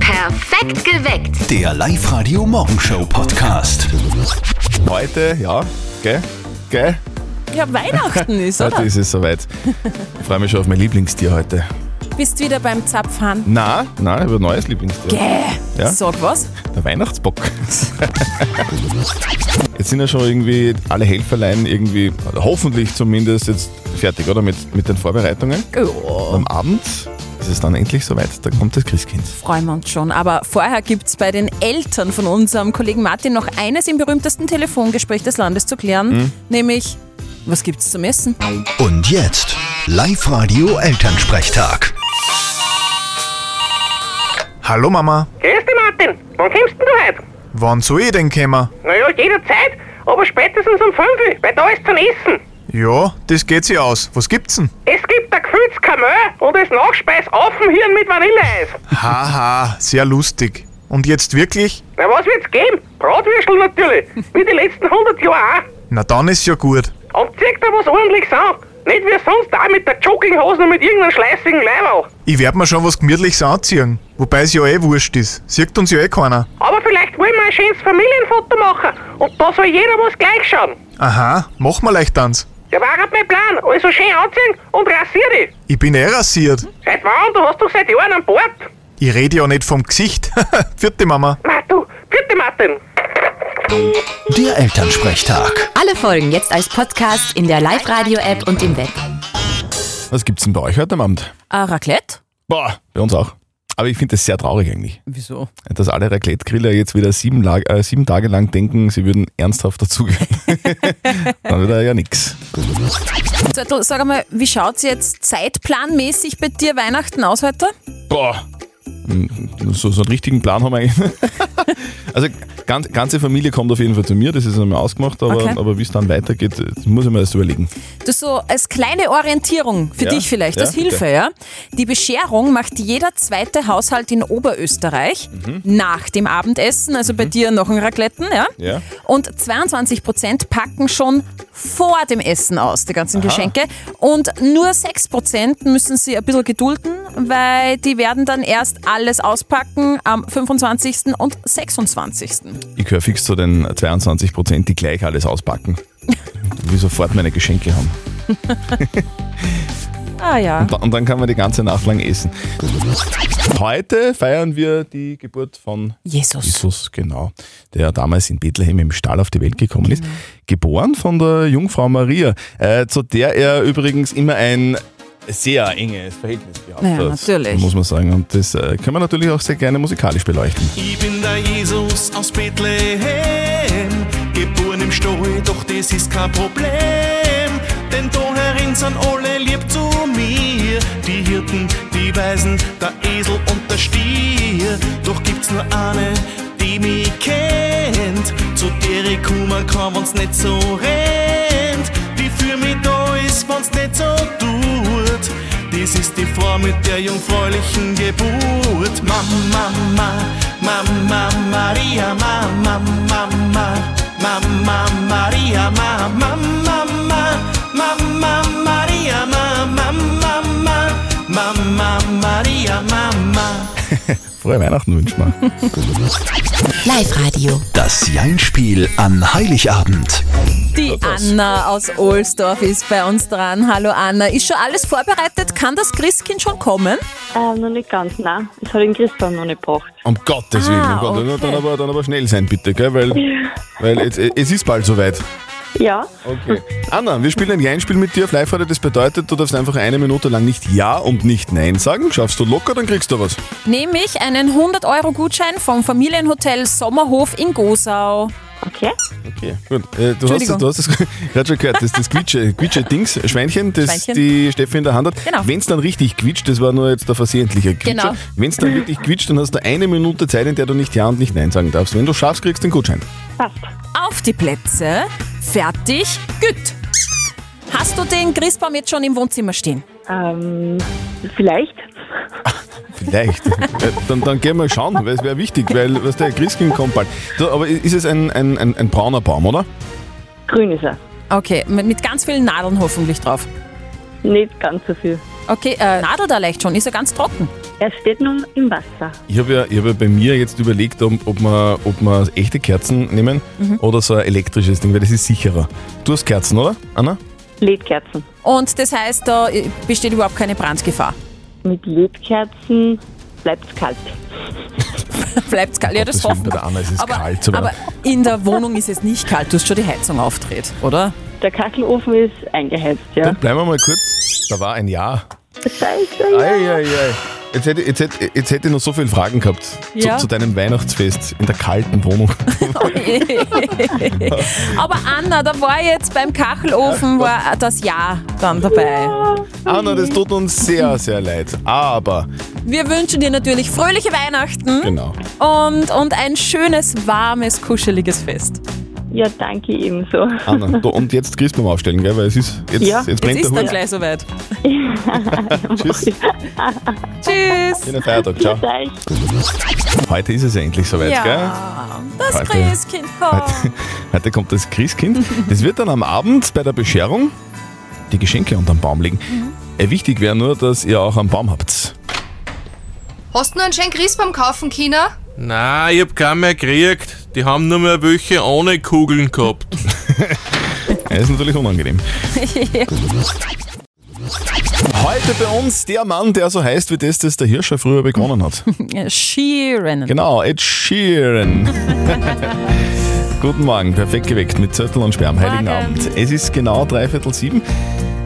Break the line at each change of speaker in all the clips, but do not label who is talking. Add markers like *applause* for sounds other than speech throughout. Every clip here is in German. Perfekt geweckt.
Der Live-Radio Morgenshow Podcast.
Heute, ja, gell? Gell?
Ja, Weihnachten
*laughs*
ist,
Heute
oder?
ist es soweit. Ich freue mich schon auf mein Lieblingstier heute.
Bist wieder beim Zapfhahn.
Na, na, über ein neues Lieblingstier.
Gäh.
Ja?
Sag was.
Der Weihnachtsbock. Jetzt sind ja schon irgendwie alle Helferlein irgendwie, hoffentlich zumindest, jetzt fertig, oder? Mit, mit den Vorbereitungen. Und
Ja,
am Abend ist es dann endlich soweit, da kommt das Christkind.
freuen wir uns schon. Aber vorher gibt es bei den Eltern von unserem Kollegen Martin noch eines im berühmtesten Telefongespräch des Landes zu klären,
Mhm.
nämlich, was gibt's zum Essen?
Und jetzt Live-Radio Elternsprechtag.
Hallo Mama,
Grüß dich, Martin. Wann kommst denn du heute?
wann soll ich denn kommen?
Naja, jederzeit, aber spätestens um 5 Uhr, weil da ist zum Essen.
Ja, das geht sich aus. Was gibt's denn?
Es gibt ein gefülltes Kamel und als Nachspeis Affenhirn mit Vanilleeis.
Haha, sehr lustig. Und jetzt wirklich?
Na, was wird's geben? Bratwürstel natürlich, wie die letzten 100 Jahre
Na dann ist ja gut.
auch. Und zieht da was ordentliches an. Nicht wie sonst auch mit der Jogginghose und mit irgendeinem schleißigen Leiberl.
Ich werd mir schon was Gemütliches anziehen. Wobei es ja eh wurscht ist. Sieht uns ja eh keiner.
Aber vielleicht wollen wir ein schönes Familienfoto machen und da soll jeder was gleich schauen.
Aha, mach mal leicht ans.
Ja, war grad mein Plan. Also schön anziehen und rasier dich.
Ich bin eh rasiert.
Seit wann? Du hast doch seit Jahren einen Bart.
Ich rede ja nicht vom Gesicht. *laughs* Vierte Mama.
Na du, bitte Martin.
Der Elternsprechtag.
Alle Folgen jetzt als Podcast in der Live-Radio-App und im Web.
Was gibt's denn bei euch heute am Abend?
Äh, Raclette?
Boah, bei uns auch. Aber ich finde das sehr traurig eigentlich,
Wieso?
dass alle Raclette-Griller jetzt wieder sieben, Lag äh, sieben Tage lang denken, sie würden ernsthaft
*laughs*
dazugehören. dann wird da ja nix.
Zettel, sag einmal, wie schaut's jetzt zeitplanmäßig bei dir Weihnachten aus heute?
Boah. Hm, So, so einen richtigen Plan haben wir eigentlich. *laughs* Also ganz, ganze Familie kommt auf jeden Fall zu mir, das ist einmal ausgemacht, aber,
Okay.
aber wie es dann weitergeht, das muss ich mir erst überlegen.
Das so als kleine Orientierung für
Ja,
dich vielleicht,
ja,
als Hilfe,
bitte.
ja. Die Bescherung macht jeder zweite Haushalt in Oberösterreich
Mhm.
nach dem Abendessen, also bei dir noch ein Racletten, ja.
Ja.
Und 22 Prozent packen schon vor dem Essen aus, die ganzen Geschenke. Und nur 6 Prozent müssen sie ein bisschen gedulden, weil die werden dann erst alles auspacken am 25. und 26.
Ich gehöre fix zu den 22%, die gleich alles
*laughs*
auspacken. Wie sofort meine Geschenke haben.
Ah ja.
Und dann- Und dann kann man die ganze Nacht lang essen. Heute feiern wir die Geburt von
Jesus.
Jesus, genau, der damals in Bethlehem im Stall auf die Welt gekommen
Mhm.
ist. Geboren von der Jungfrau Maria, äh, zu der er übrigens immer ein sehr enges Verhältnis gehabt
Ja,
hat.
natürlich.
Muss man sagen. Und das äh, können wir natürlich auch sehr gerne musikalisch beleuchten.
Ich bin der Jesus aus Bethlehem, geboren im Stall, doch das ist kein Problem. Denn da herin sind alle lieb zu mir, die Hirten, die Weisen, der Esel und der Stier. Doch gibt's nur eine, die mich kennt, zu der ich kommen kann, wenn's nicht so rennt. Die für mich da ist, wenn's nicht so tut. Dies ist die Frau mit der jungfräulichen Geburt. Mama, Mama, Mama Maria, Mama, Mama, Mama Maria, Mama, Mama, Mama Maria, Mama, Mama, Mama Maria, Mama.
Frohe Weihnachten wünschen wir.
*laughs*
Live-Radio.
Das Jein-Spiel an Heiligabend.
Die Anna aus Ohlsdorf ist bei uns dran. Hallo Anna, ist schon alles vorbereitet? Kann das Christkind schon kommen?
Äh, noch nicht ganz, nein. Es hat den Christbaum noch nicht gebracht.
Um Gottes Willen.
Ah,
um Gott-
okay.
dann, aber, dann aber schnell sein, bitte, gell? Weil, weil jetzt, äh, es ist bald soweit.
Ja,
Okay. Anna, wir spielen ein Jein-Spiel mit dir auf live -Radio. Das bedeutet, du darfst einfach eine Minute lang nicht Ja und nicht Nein sagen. Schaffst du locker, dann kriegst du was.
Nehme ich einen 100-Euro-Gutschein vom Familienhotel Sommerhof in Gosau.
okay.
Okay, gut. Äh, du, hast,
Entschuldigung.
du hast das *laughs* gerade schon gehört, das, das Quietsche, Quietsche-Dings, Schweinchen, das
Schweinchen.
die Steffi in der Hand hat.
Genau.
Wenn es dann richtig quietscht, das war nur jetzt der versehentliche Quietscher.
Genau.
Wenn es dann wirklich quietscht, dann hast du eine Minute Zeit, in der du nicht Ja und nicht Nein sagen darfst. Wenn du schaffst, kriegst du den Gutschein.
Passt.
Auf die Plätze, fertig, gut. Hast du den Christbaum jetzt schon im Wohnzimmer stehen?
Ähm, vielleicht.
*laughs*
Vielleicht. Äh, dann, dann gehen wir schauen, weil es wäre wichtig, weil was der Christkind kommt bald. So, aber ist es ein, ein, ein, ein brauner Baum, oder?
Grün ist er.
Okay, mit mit ganz vielen Nadeln hoffentlich drauf.
Nicht ganz so viel.
Okay, äh, nadelt er leicht schon, ist er ganz trocken.
Er steht nun im Wasser.
Ich habe ja, ich hab ja bei mir jetzt überlegt, ob, ob, wir, ob wir echte Kerzen nehmen oder so ein elektrisches Ding, weil das ist sicherer. Du hast Kerzen, oder, Anna?
Ledkerzen.
Und das heißt, da äh, besteht überhaupt keine Brandgefahr.
Mit Ledkerzen bleibt's kalt.
Bleibt's kalt. Ja, das
Gottes Willen,
hoffen
bei der Anna ist es
aber,
kalt, so
aber
warm.
in der Wohnung ist es nicht kalt, du hast schon die Heizung aufdreht,
*laughs*
oder?
Der Kachelofen ist eingeheizt,
Dann
ja.
bleiben wir mal kurz. Da war ein Ja.
Scheiße, ja.
Eieiei. Jetzt hätte, jetzt, hätte, jetzt hätte ich noch so viele Fragen gehabt zu,
Ja.
zu deinem Weihnachtsfest in der kalten Wohnung.
Oh aber Anna, da war jetzt beim Kachelofen war das Ja dann dabei.
Anna, das tut uns sehr, sehr leid. Aber,
Wir wünschen dir natürlich fröhliche Weihnachten
genau.
und, und ein schönes, warmes, kuscheliges Fest.
Ja, danke ebenso. *laughs*
Anna, du, und jetzt Christbaum aufstellen, gell? Weil es ist, jetzt,
Ja.
jetzt
Jetzt
brennt
ist
der
dann
Hut.
gleich soweit.
*laughs* Tschüss.
Tschüss.
Schönen Feiertag. Ciao.
Danke.
Heute ist es ja endlich soweit, gell?
Ja, das
Heute-
Christkind kommt.
Heute, heute kommt das Christkind. Das wird dann am Abend bei der Bescherung die Geschenke unterm Baum legen. Äh, Wichtig wäre nur, dass ihr auch einen Baum habt.
Hast du nur einen schönen Christbaum kaufen können?
Na, ich hab keinen mehr gekriegt. Die haben nur mehr welche ohne Kugeln gehabt.
Das ist natürlich unangenehm. Heute bei uns der Mann, der so heißt wie das, das der Hirscher früher begonnen hat.
Skirennen.
Genau, Ed Sheeran. Guten Morgen, perfekt geweckt mit Zettel und Sperm, Heiligen
Morgen.
Abend. Es ist genau dreiviertel sieben.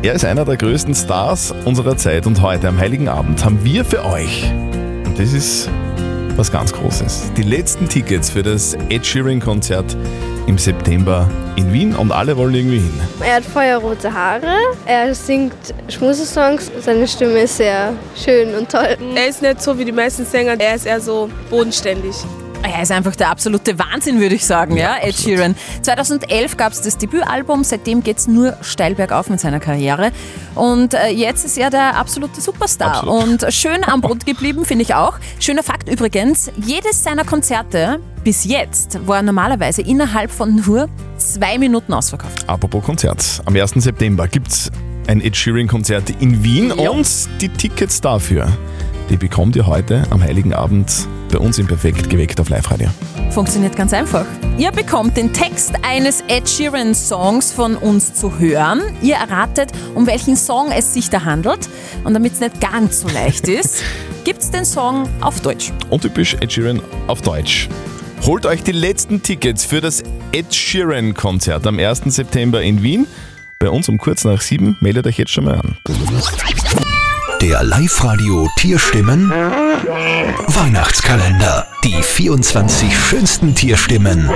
Er ist einer der größten Stars unserer Zeit und heute am Heiligen Abend haben wir für euch, und das ist was ganz Großes, die letzten Tickets für das Ed Sheeran-Konzert im September in Wien und alle wollen irgendwie hin.
Er hat feuerrote Haare, er singt Schmusesongs, seine Stimme ist sehr schön und toll. Er ist nicht so wie die meisten Sänger, er ist eher so bodenständig.
Er ist einfach der absolute Wahnsinn, würde ich sagen, ja, Ed Sheeran. 2011 gab es das Debütalbum, seitdem geht es nur steil bergauf mit seiner Karriere. Und äh, jetzt ist er der absolute Superstar
Absolut.
und schön am Boot geblieben, finde ich auch. Schöner Fakt übrigens, jedes seiner Konzerte bis jetzt war normalerweise innerhalb von nur zwei Minuten ausverkauft.
Apropos Konzert, am 1. September gibt es ein Ed Sheeran-Konzert in Wien
Ja.
und die Tickets dafür, die bekommt ihr heute am Heiligen Abend bei uns im Perfekt geweckt auf Live-Radio.
Funktioniert ganz einfach. Ihr bekommt den Text eines Ed Sheeran Songs von uns zu hören. Ihr erratet, um welchen Song es sich da handelt. Und damit es nicht ganz so
*laughs*
leicht ist, gibt es den Song auf Deutsch.
Und typisch Ed Sheeran auf Deutsch. Holt euch die letzten Tickets für das Ed Sheeran-Konzert am 1. September in Wien. Bei uns um kurz nach sieben. Meldet euch jetzt schon mal an.
Der Live-Radio Tierstimmen Weihnachtskalender. Die 24 schönsten Tierstimmen.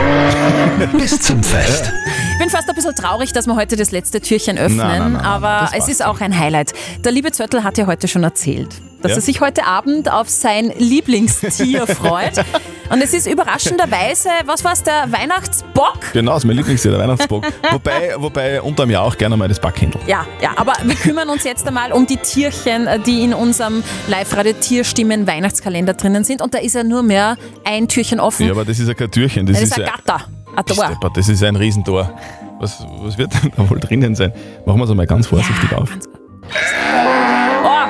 Bis zum Fest.
Ich bin fast ein bisschen traurig, dass wir heute das letzte Türchen öffnen,
Nein, nein, nein, nein,
aber
das
es
passt
ist auch ein Highlight. Der liebe Zörtl hat ja heute schon erzählt, dass
Ja.
er sich heute Abend auf sein
*laughs*
Lieblingstier freut. Und es ist überraschenderweise, was war es, der Weihnachtsbock?
Genau, ist mein Lieblingstier, der
*laughs*
Weihnachtsbock. wobei, wobei unterm Jahr auch gerne mal das Backhändel.
Ja, ja, aber wir kümmern uns jetzt einmal um die Tierchen, äh, die in unserem Live-Radio-Tierstimmen-Weihnachtskalender drinnen sind. Und da ist ja nur mehr ein Türchen offen.
Ja, aber das ist ja kein Türchen.
das, ist ein
ja-
Gatter, Ah, ein Tor.
Steppert, das ist ein Riesentor. Was, was wird denn da wohl drinnen sein? Machen wir es einmal ganz vorsichtig auf.
Oh.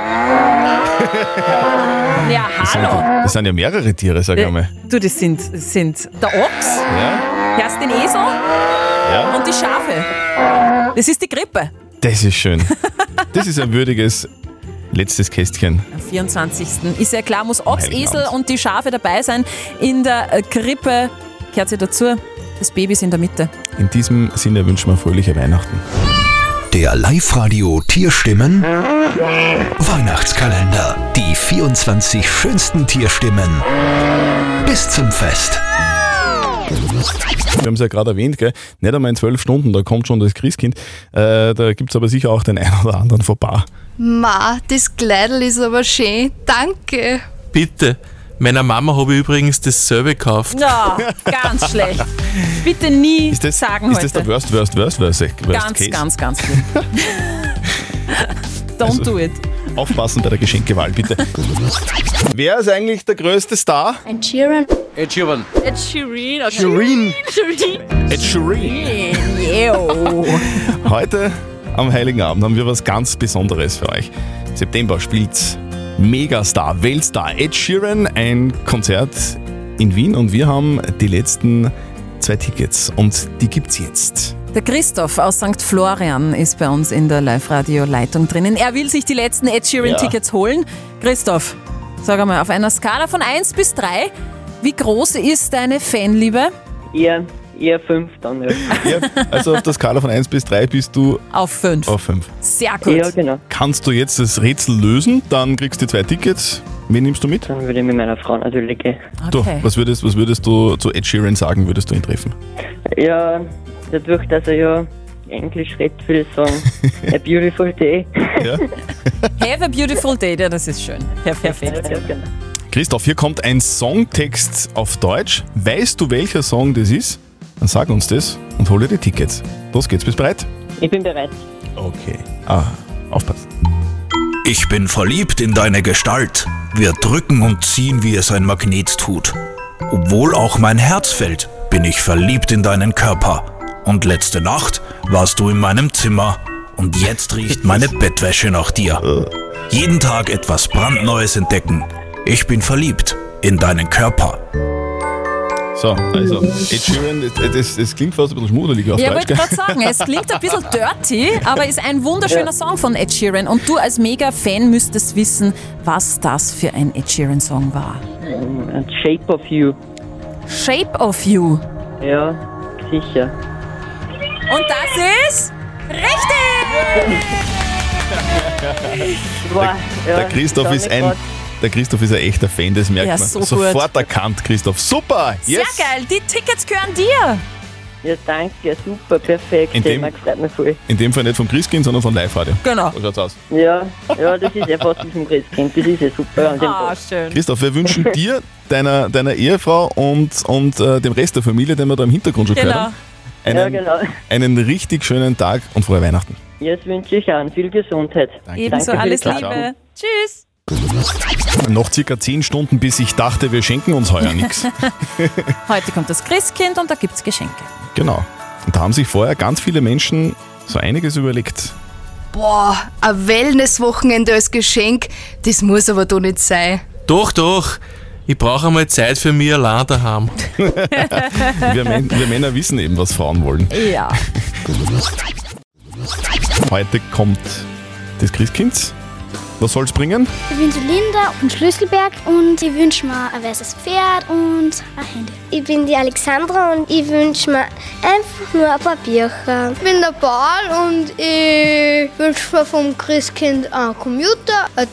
ja, hallo.
Das sind ja mehrere Tiere, sag ich einmal.
Du, das sind, das sind der Ochs,
Ja?
erst den Esel
ja?
und die Schafe. Das ist die Grippe.
Das ist schön.
*laughs*
Das ist ein würdiges letztes Kästchen.
Am 24. Ist ja klar, muss Ochs,
Heiligen
Esel
Abend.
und die Schafe dabei sein. In der äh, Grippe, gehört sie dazu, das Baby ist in der Mitte.
In diesem Sinne wünschen wir fröhliche Weihnachten.
Der Live-Radio Tierstimmen Weihnachtskalender. Die 24 schönsten Tierstimmen. Bis zum Fest.
Wir haben es ja gerade erwähnt, gell? nicht einmal in zwölf Stunden, da kommt schon das Christkind. Äh, da gibt es aber sicher auch den einen oder anderen Fauxpas.
Ma, das Kleidel ist aber schön, danke.
Bitte. Meiner Mama habe ich übrigens dasselbe gekauft.
Ja, *laughs* ganz schlecht. Bitte nie
Ist das,
sagen
ist
heute.
das der Worst, Worst, Worst, Worst, Worst
ganz,
Case?
ganz,
*laughs*
ganz schlimm. Don't
Also-
do it.
Aufpassen bei der Geschenkewahl,
*laughs*
bitte. Wer ist eigentlich der größte Star?
Ein Sheeran.
Ed Sheeran.
Ew.
Heute Am Heiligen Abend haben wir was ganz Besonderes für euch. Im September spielt Megastar, Weltstar Ed Sheeran ein Konzert in Wien und wir haben die letzten zwei Tickets und die gibt's jetzt.
Der Christoph aus St. Florian ist bei uns in der Live-Radio-Leitung drinnen. Er will sich die letzten Ed Sheeran-Tickets holen. Christoph, sag einmal, auf einer Skala von 1 bis 3, wie groß ist deine Fanliebe?
Eher, eher fünf dann, ja.
Ja, also auf der Skala von 1 bis 3 bist du
Auf 5.
auf 5.
Sehr gut.
Ja, genau.
Kannst du jetzt das Rätsel lösen, dann kriegst du die zwei Tickets. Wen nimmst du mit?
Dann würde ich mit meiner Frau natürlich gehen.
Okay.
Du, was würdest, was würdest du zu Ed Sheeran sagen, würdest du ihn treffen?
Ja, dadurch, dass er ja Englisch redet, würde ich
*laughs*
sagen, a beautiful day.
Ja.
Have a beautiful day, ja, das ist schön. Ja, perfekt.
Christoph, hier kommt ein Songtext auf Deutsch. Weißt du, welcher Song das ist? Dann sag uns das und hole die Tickets. Los geht's, bist bereit?
Ich bin bereit.
Okay. Ah, aufpassen.
Ich bin verliebt in deine Gestalt. Wir drücken und ziehen, wie es ein Magnet tut. Obwohl auch mein Herz fällt, bin ich verliebt in deinen Körper. Und letzte Nacht warst du in meinem Zimmer und jetzt riecht meine Bettwäsche nach dir. Jeden Tag etwas brandneues entdecken. Ich bin verliebt in deinen Körper.
So, also Ed Sheeran, das, das, das klingt fast ein bisschen schmuddelig auf
Ja,
Deutsch.
wollte
gell?
gerade sagen, es klingt ein bisschen dirty, aber ist ein wunderschöner Song von Ed Sheeran. Und du als Mega-Fan müsstest wissen, was das für ein Ed Sheeran-Song war.
And shape of you.
Shape of You.
Ja, sicher.
Und das ist richtig!
Boah, ja,
Der Christoph
sag
ist
ich
ein.
grad.
Der Christoph ist ein echter Fan, das merkt
Ja,
man.
so gut.
Sofort erkannt, Christoph. Super! Yes!
Sehr geil, die Tickets gehören dir.
Ja, danke, super, perfekt.
In dem-
Hey, Max, freut mich voll.
In dem Fall nicht vom Christkind, sondern von Live-Radio.
Genau.
So schaut's aus.
Ja, ja, das ist ja fast wie vom Christkind. Das ist ja super an dem
Ah,
Tag.
schön.
Christoph, wir
*laughs*
wünschen dir, deiner, deiner Ehefrau und, und äh, dem Rest der Familie, den wir da im Hintergrund schon gehört
Genau.
haben, einen,
Ja, genau.
einen richtig schönen Tag und frohe Weihnachten.
Jetzt wünsche ich allen viel Gesundheit.
Ebenso
Danke,
alles
ciao,
ciao.
Liebe. Tschüss.
Noch circa 10 Stunden, bis ich dachte, wir schenken uns heuer *laughs* nichts.
Heute kommt das Christkind und da gibt's Geschenke.
Genau. Und da haben sich vorher ganz viele Menschen so einiges überlegt.
Boah, ein Wellness-Wochenende als Geschenk, das muss aber doch nicht sein.
Doch, doch. Ich brauche einmal Zeit für mich allein daheim.
Wir, Män wir Männer wissen eben, was Frauen wollen.
Ja.
Heute kommt das Christkind. Was soll's bringen?
Ich bin die Linda von Schlüsselberg und ich wünsche mir ein weißes Pferd und ein Handy. Ich bin die Alexandra und ich wünsche mir einfach nur ein paar Bücher. Ich bin der Paul und ich wünsche mir vom Christkind einen Computer, eine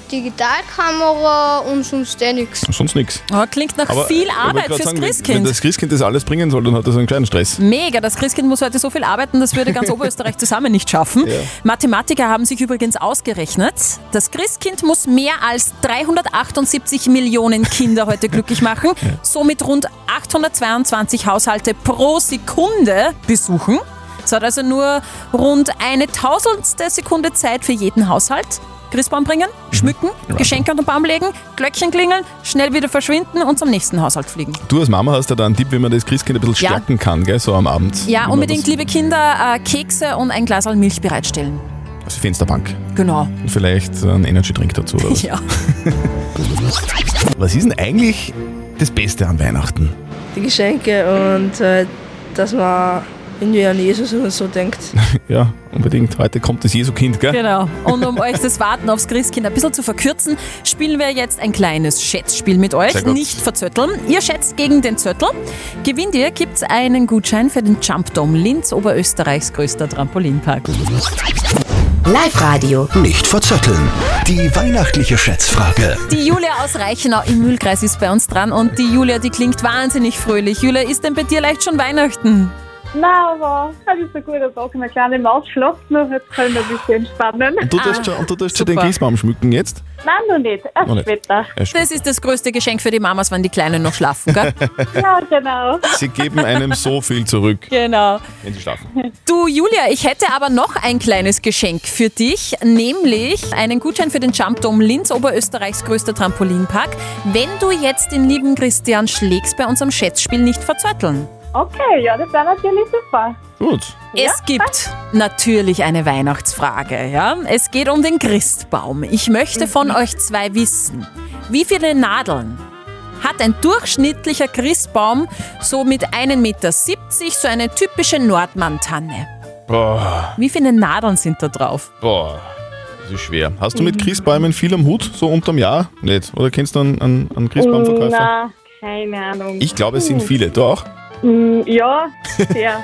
Digitalkamera und sonst eh nichts.
Sonst nichts.
Oh, klingt nach viel Arbeit fürs
Wenn, wenn
Christkind.
das Christkind das alles bringen soll, dann hat das einen kleinen Stress.
Mega, das Christkind muss heute so viel arbeiten, das würde ganz Oberösterreich zusammen nicht schaffen. Mathematiker haben sich übrigens ausgerechnet, das Christkind muss mehr als 378 Millionen Kinder heute glücklich machen, somit rund 822 Haushalte pro Sekunde besuchen. Es hat also nur rund eine tausendstel Sekunde Zeit für jeden Haushalt. Christbaum bringen, schmücken, Geschenke unter den Baum legen, Glöckchen klingeln, schnell wieder verschwinden und zum nächsten Haushalt fliegen.
Du als Mama hast ja da einen Tipp, wie man das Christkind ein bisschen
Ja.
stärken kann, gell, so am Abend. Wie
Ja,
man
unbedingt,
das-
liebe Kinder, äh, Kekse und ein Glas Milch bereitstellen.
Aus der Fensterbank.
Genau.
Und vielleicht einen Energy-Drink dazu. Oder was.
Ja.
was ist denn eigentlich das Beste an Weihnachten?
Die Geschenke und äh, dass man irgendwie an Jesus oder so
*laughs*
denkt.
Ja, unbedingt. Heute kommt das Jesukind, gell?
Genau. Und um euch das Warten aufs Christkind ein bisschen zu verkürzen, spielen wir jetzt ein kleines Schätzspiel mit euch.
Sehr gut.
Nicht verzötteln. Ihr schätzt gegen den Zöttel. Gewinnt ihr, gibt's einen Gutschein für den Jump Dome Linz, Oberösterreichs größter Trampolinpark.
Live-Radio.
Nicht verzetteln. Die weihnachtliche Schätzfrage.
Die Julia aus Reichenau im Mühlkreis ist bei uns dran und die Julia, die klingt wahnsinnig fröhlich. Julia, ist denn bei dir leicht schon Weihnachten?
Nein, aber das ist ein guter Tag. Meine kleine Maus schlaft noch, jetzt können wir ein bisschen entspannen.
Und du darfst schon, und du darfst schon
Ah. super.
den Christbaum schmücken jetzt?
Nein, noch nicht. Erst
Noch nicht.
später.
Das ist das größte Geschenk für die Mamas, wenn die Kleinen noch schlafen, gell?
Ja, genau.
Sie geben einem so viel zurück,
genau.
wenn sie schlafen.
Du, Julia, ich hätte aber noch ein kleines Geschenk für dich, nämlich einen Gutschein für den Jump Dome Linz, Oberösterreichs größter Trampolinpark, wenn du jetzt den lieben Christian schlägst bei unserem Schätzspiel nicht verzötteln.
Okay, ja, das wäre natürlich super.
Gut.
Es gibt natürlich eine Weihnachtsfrage. Ja? Es geht um den Christbaum. Ich möchte von euch zwei wissen, wie viele Nadeln hat ein durchschnittlicher Christbaum so mit 1,70 Meter, so eine typische Nordmann-Tanne?
Boah,
Wie viele Nadeln sind da drauf?
boah, das ist schwer. Hast du mit Christbäumen viel am Hut, so unterm Jahr? Nicht. Oder kennst du einen, einen, einen Christbaumverkäufer?
Na, keine Ahnung.
Ich glaube, es sind viele. Du auch?
Hm, Ja, sehr, sehr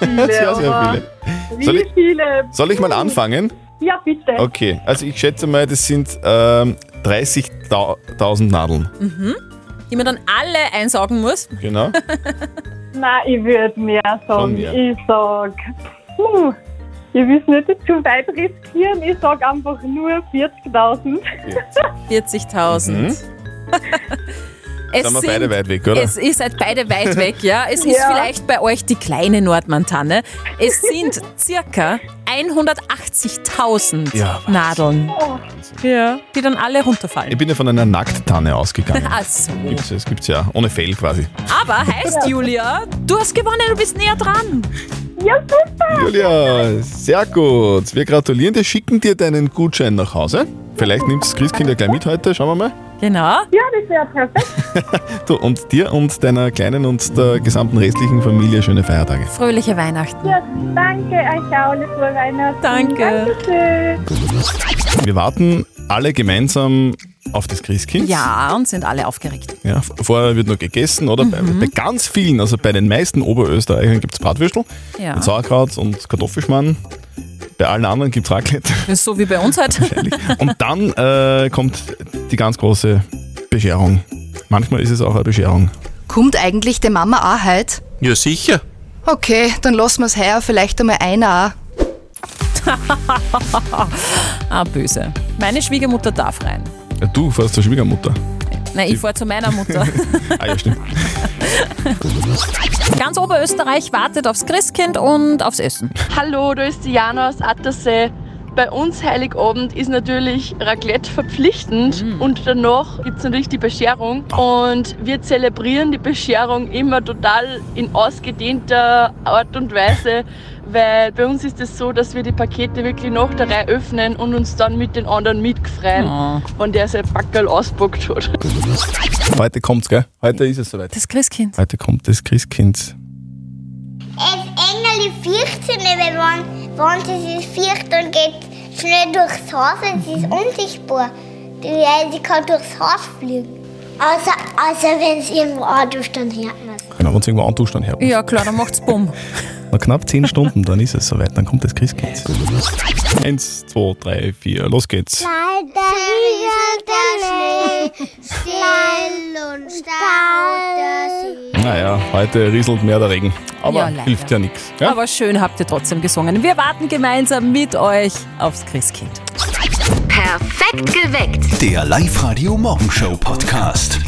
viele.
Sehr, sehr
aber
viele.
Wie
Soll ich-
viele?
Soll ich mal anfangen?
Ja, bitte.
Okay, also ich schätze mal, das sind ähm, 30.000 Nadeln.
Mhm. Die man dann alle einsaugen muss.
Genau.
Nein, ich würde mehr
Schon
sagen.
mehr.
Ich sag, hm, ich will es nicht jetzt zu weit riskieren. Ich sag einfach nur 40.000.
40.000.
Mhm.
*laughs*
Sind wir beide weit weg, oder?
Es, ihr seid beide weit weg, ja. Es ist
Ja.
vielleicht bei euch die kleine Nordmantanne. Es sind circa 180.000
Ja, was?
Nadeln, ja, die dann alle runterfallen.
Ich bin ja von einer Nackttanne
*laughs*
ausgegangen.
Ach so.
Gibt's, das gibt's ja, ohne Fell quasi.
Aber heißt Julia, du hast gewonnen, du bist näher dran.
Ja, super.
Julia, sehr gut. Wir gratulieren dir, schicken dir deinen Gutschein nach Hause. Vielleicht nimmt das Christkind ja gleich mit heute, schauen wir mal.
Genau.
Ja, das wäre perfekt.
Du und dir und deiner kleinen und der gesamten restlichen Familie schöne Feiertage.
Fröhliche Weihnachten.
Ja, danke, euch auch eine frohe Weihnachten.
Danke.
Dankeschön.
Wir warten alle gemeinsam auf das Christkind.
Ja, und sind alle aufgeregt.
Ja, vorher wird noch gegessen, oder? Bei,
Mhm.
bei ganz vielen, also bei den meisten Oberösterreichern gibt es Bratwürstel
Ja.
mit Sauerkraut und Kartoffelschmarrn. Bei allen anderen gibt es Raclette.
So wie bei uns
*laughs*
heute.
Und dann äh, kommt die ganz große Bescherung. Manchmal ist es auch eine Bescherung.
Kommt eigentlich der Mama auch heute?
Ja, sicher.
Okay, dann lassen wir's heuer vielleicht einmal einer auch.
ah, böse. Meine Schwiegermutter darf rein.
Ja, du fährst zur Schwiegermutter.
Nein, ich fahre zu meiner Mutter.
Ah, ja, stimmt.
Ganz Oberösterreich wartet aufs Christkind und aufs Essen.
Hallo, da ist die Jana aus Attersee. Bei uns Heiligabend ist natürlich Raclette verpflichtend und danach gibt es natürlich die Bescherung. Und wir zelebrieren die Bescherung immer total in ausgedehnter Art und Weise, weil bei uns ist es das so, dass wir die Pakete wirklich nach der Reihe öffnen und uns dann mit den anderen mitgefreien, wenn der sein Backerl auspackt hat.
Heute kommt's, gell? Heute ist es soweit.
Das Christkind.
Heute kommt das Christkind.
Es Engel 14, weil wenn, wenn sie sich fürcht und geht schnell durchs Haus und sie ist unsichtbar. Die, weil sie kann durchs Haus fliegen. Außer, außer wenn es irgendwo anruft, dann hört man es.
Genau, wenn es irgendwo antuscht, dann her.
Ja, klar, dann macht's Bumm.
Noch knapp 10 Stunden, dann ist es soweit, dann kommt das Christkind. Eins, zwei, drei, vier, los geht's.
Leider rieselt der Schnee, schnell und staut
Naja, heute rieselt mehr der Regen. Aber
Ja, leider.
hilft ja nichts. Ja?
Aber schön habt ihr trotzdem gesungen. Wir warten gemeinsam mit euch aufs Christkind.
Perfekt geweckt.
Der Live-Radio Morgenshow Podcast.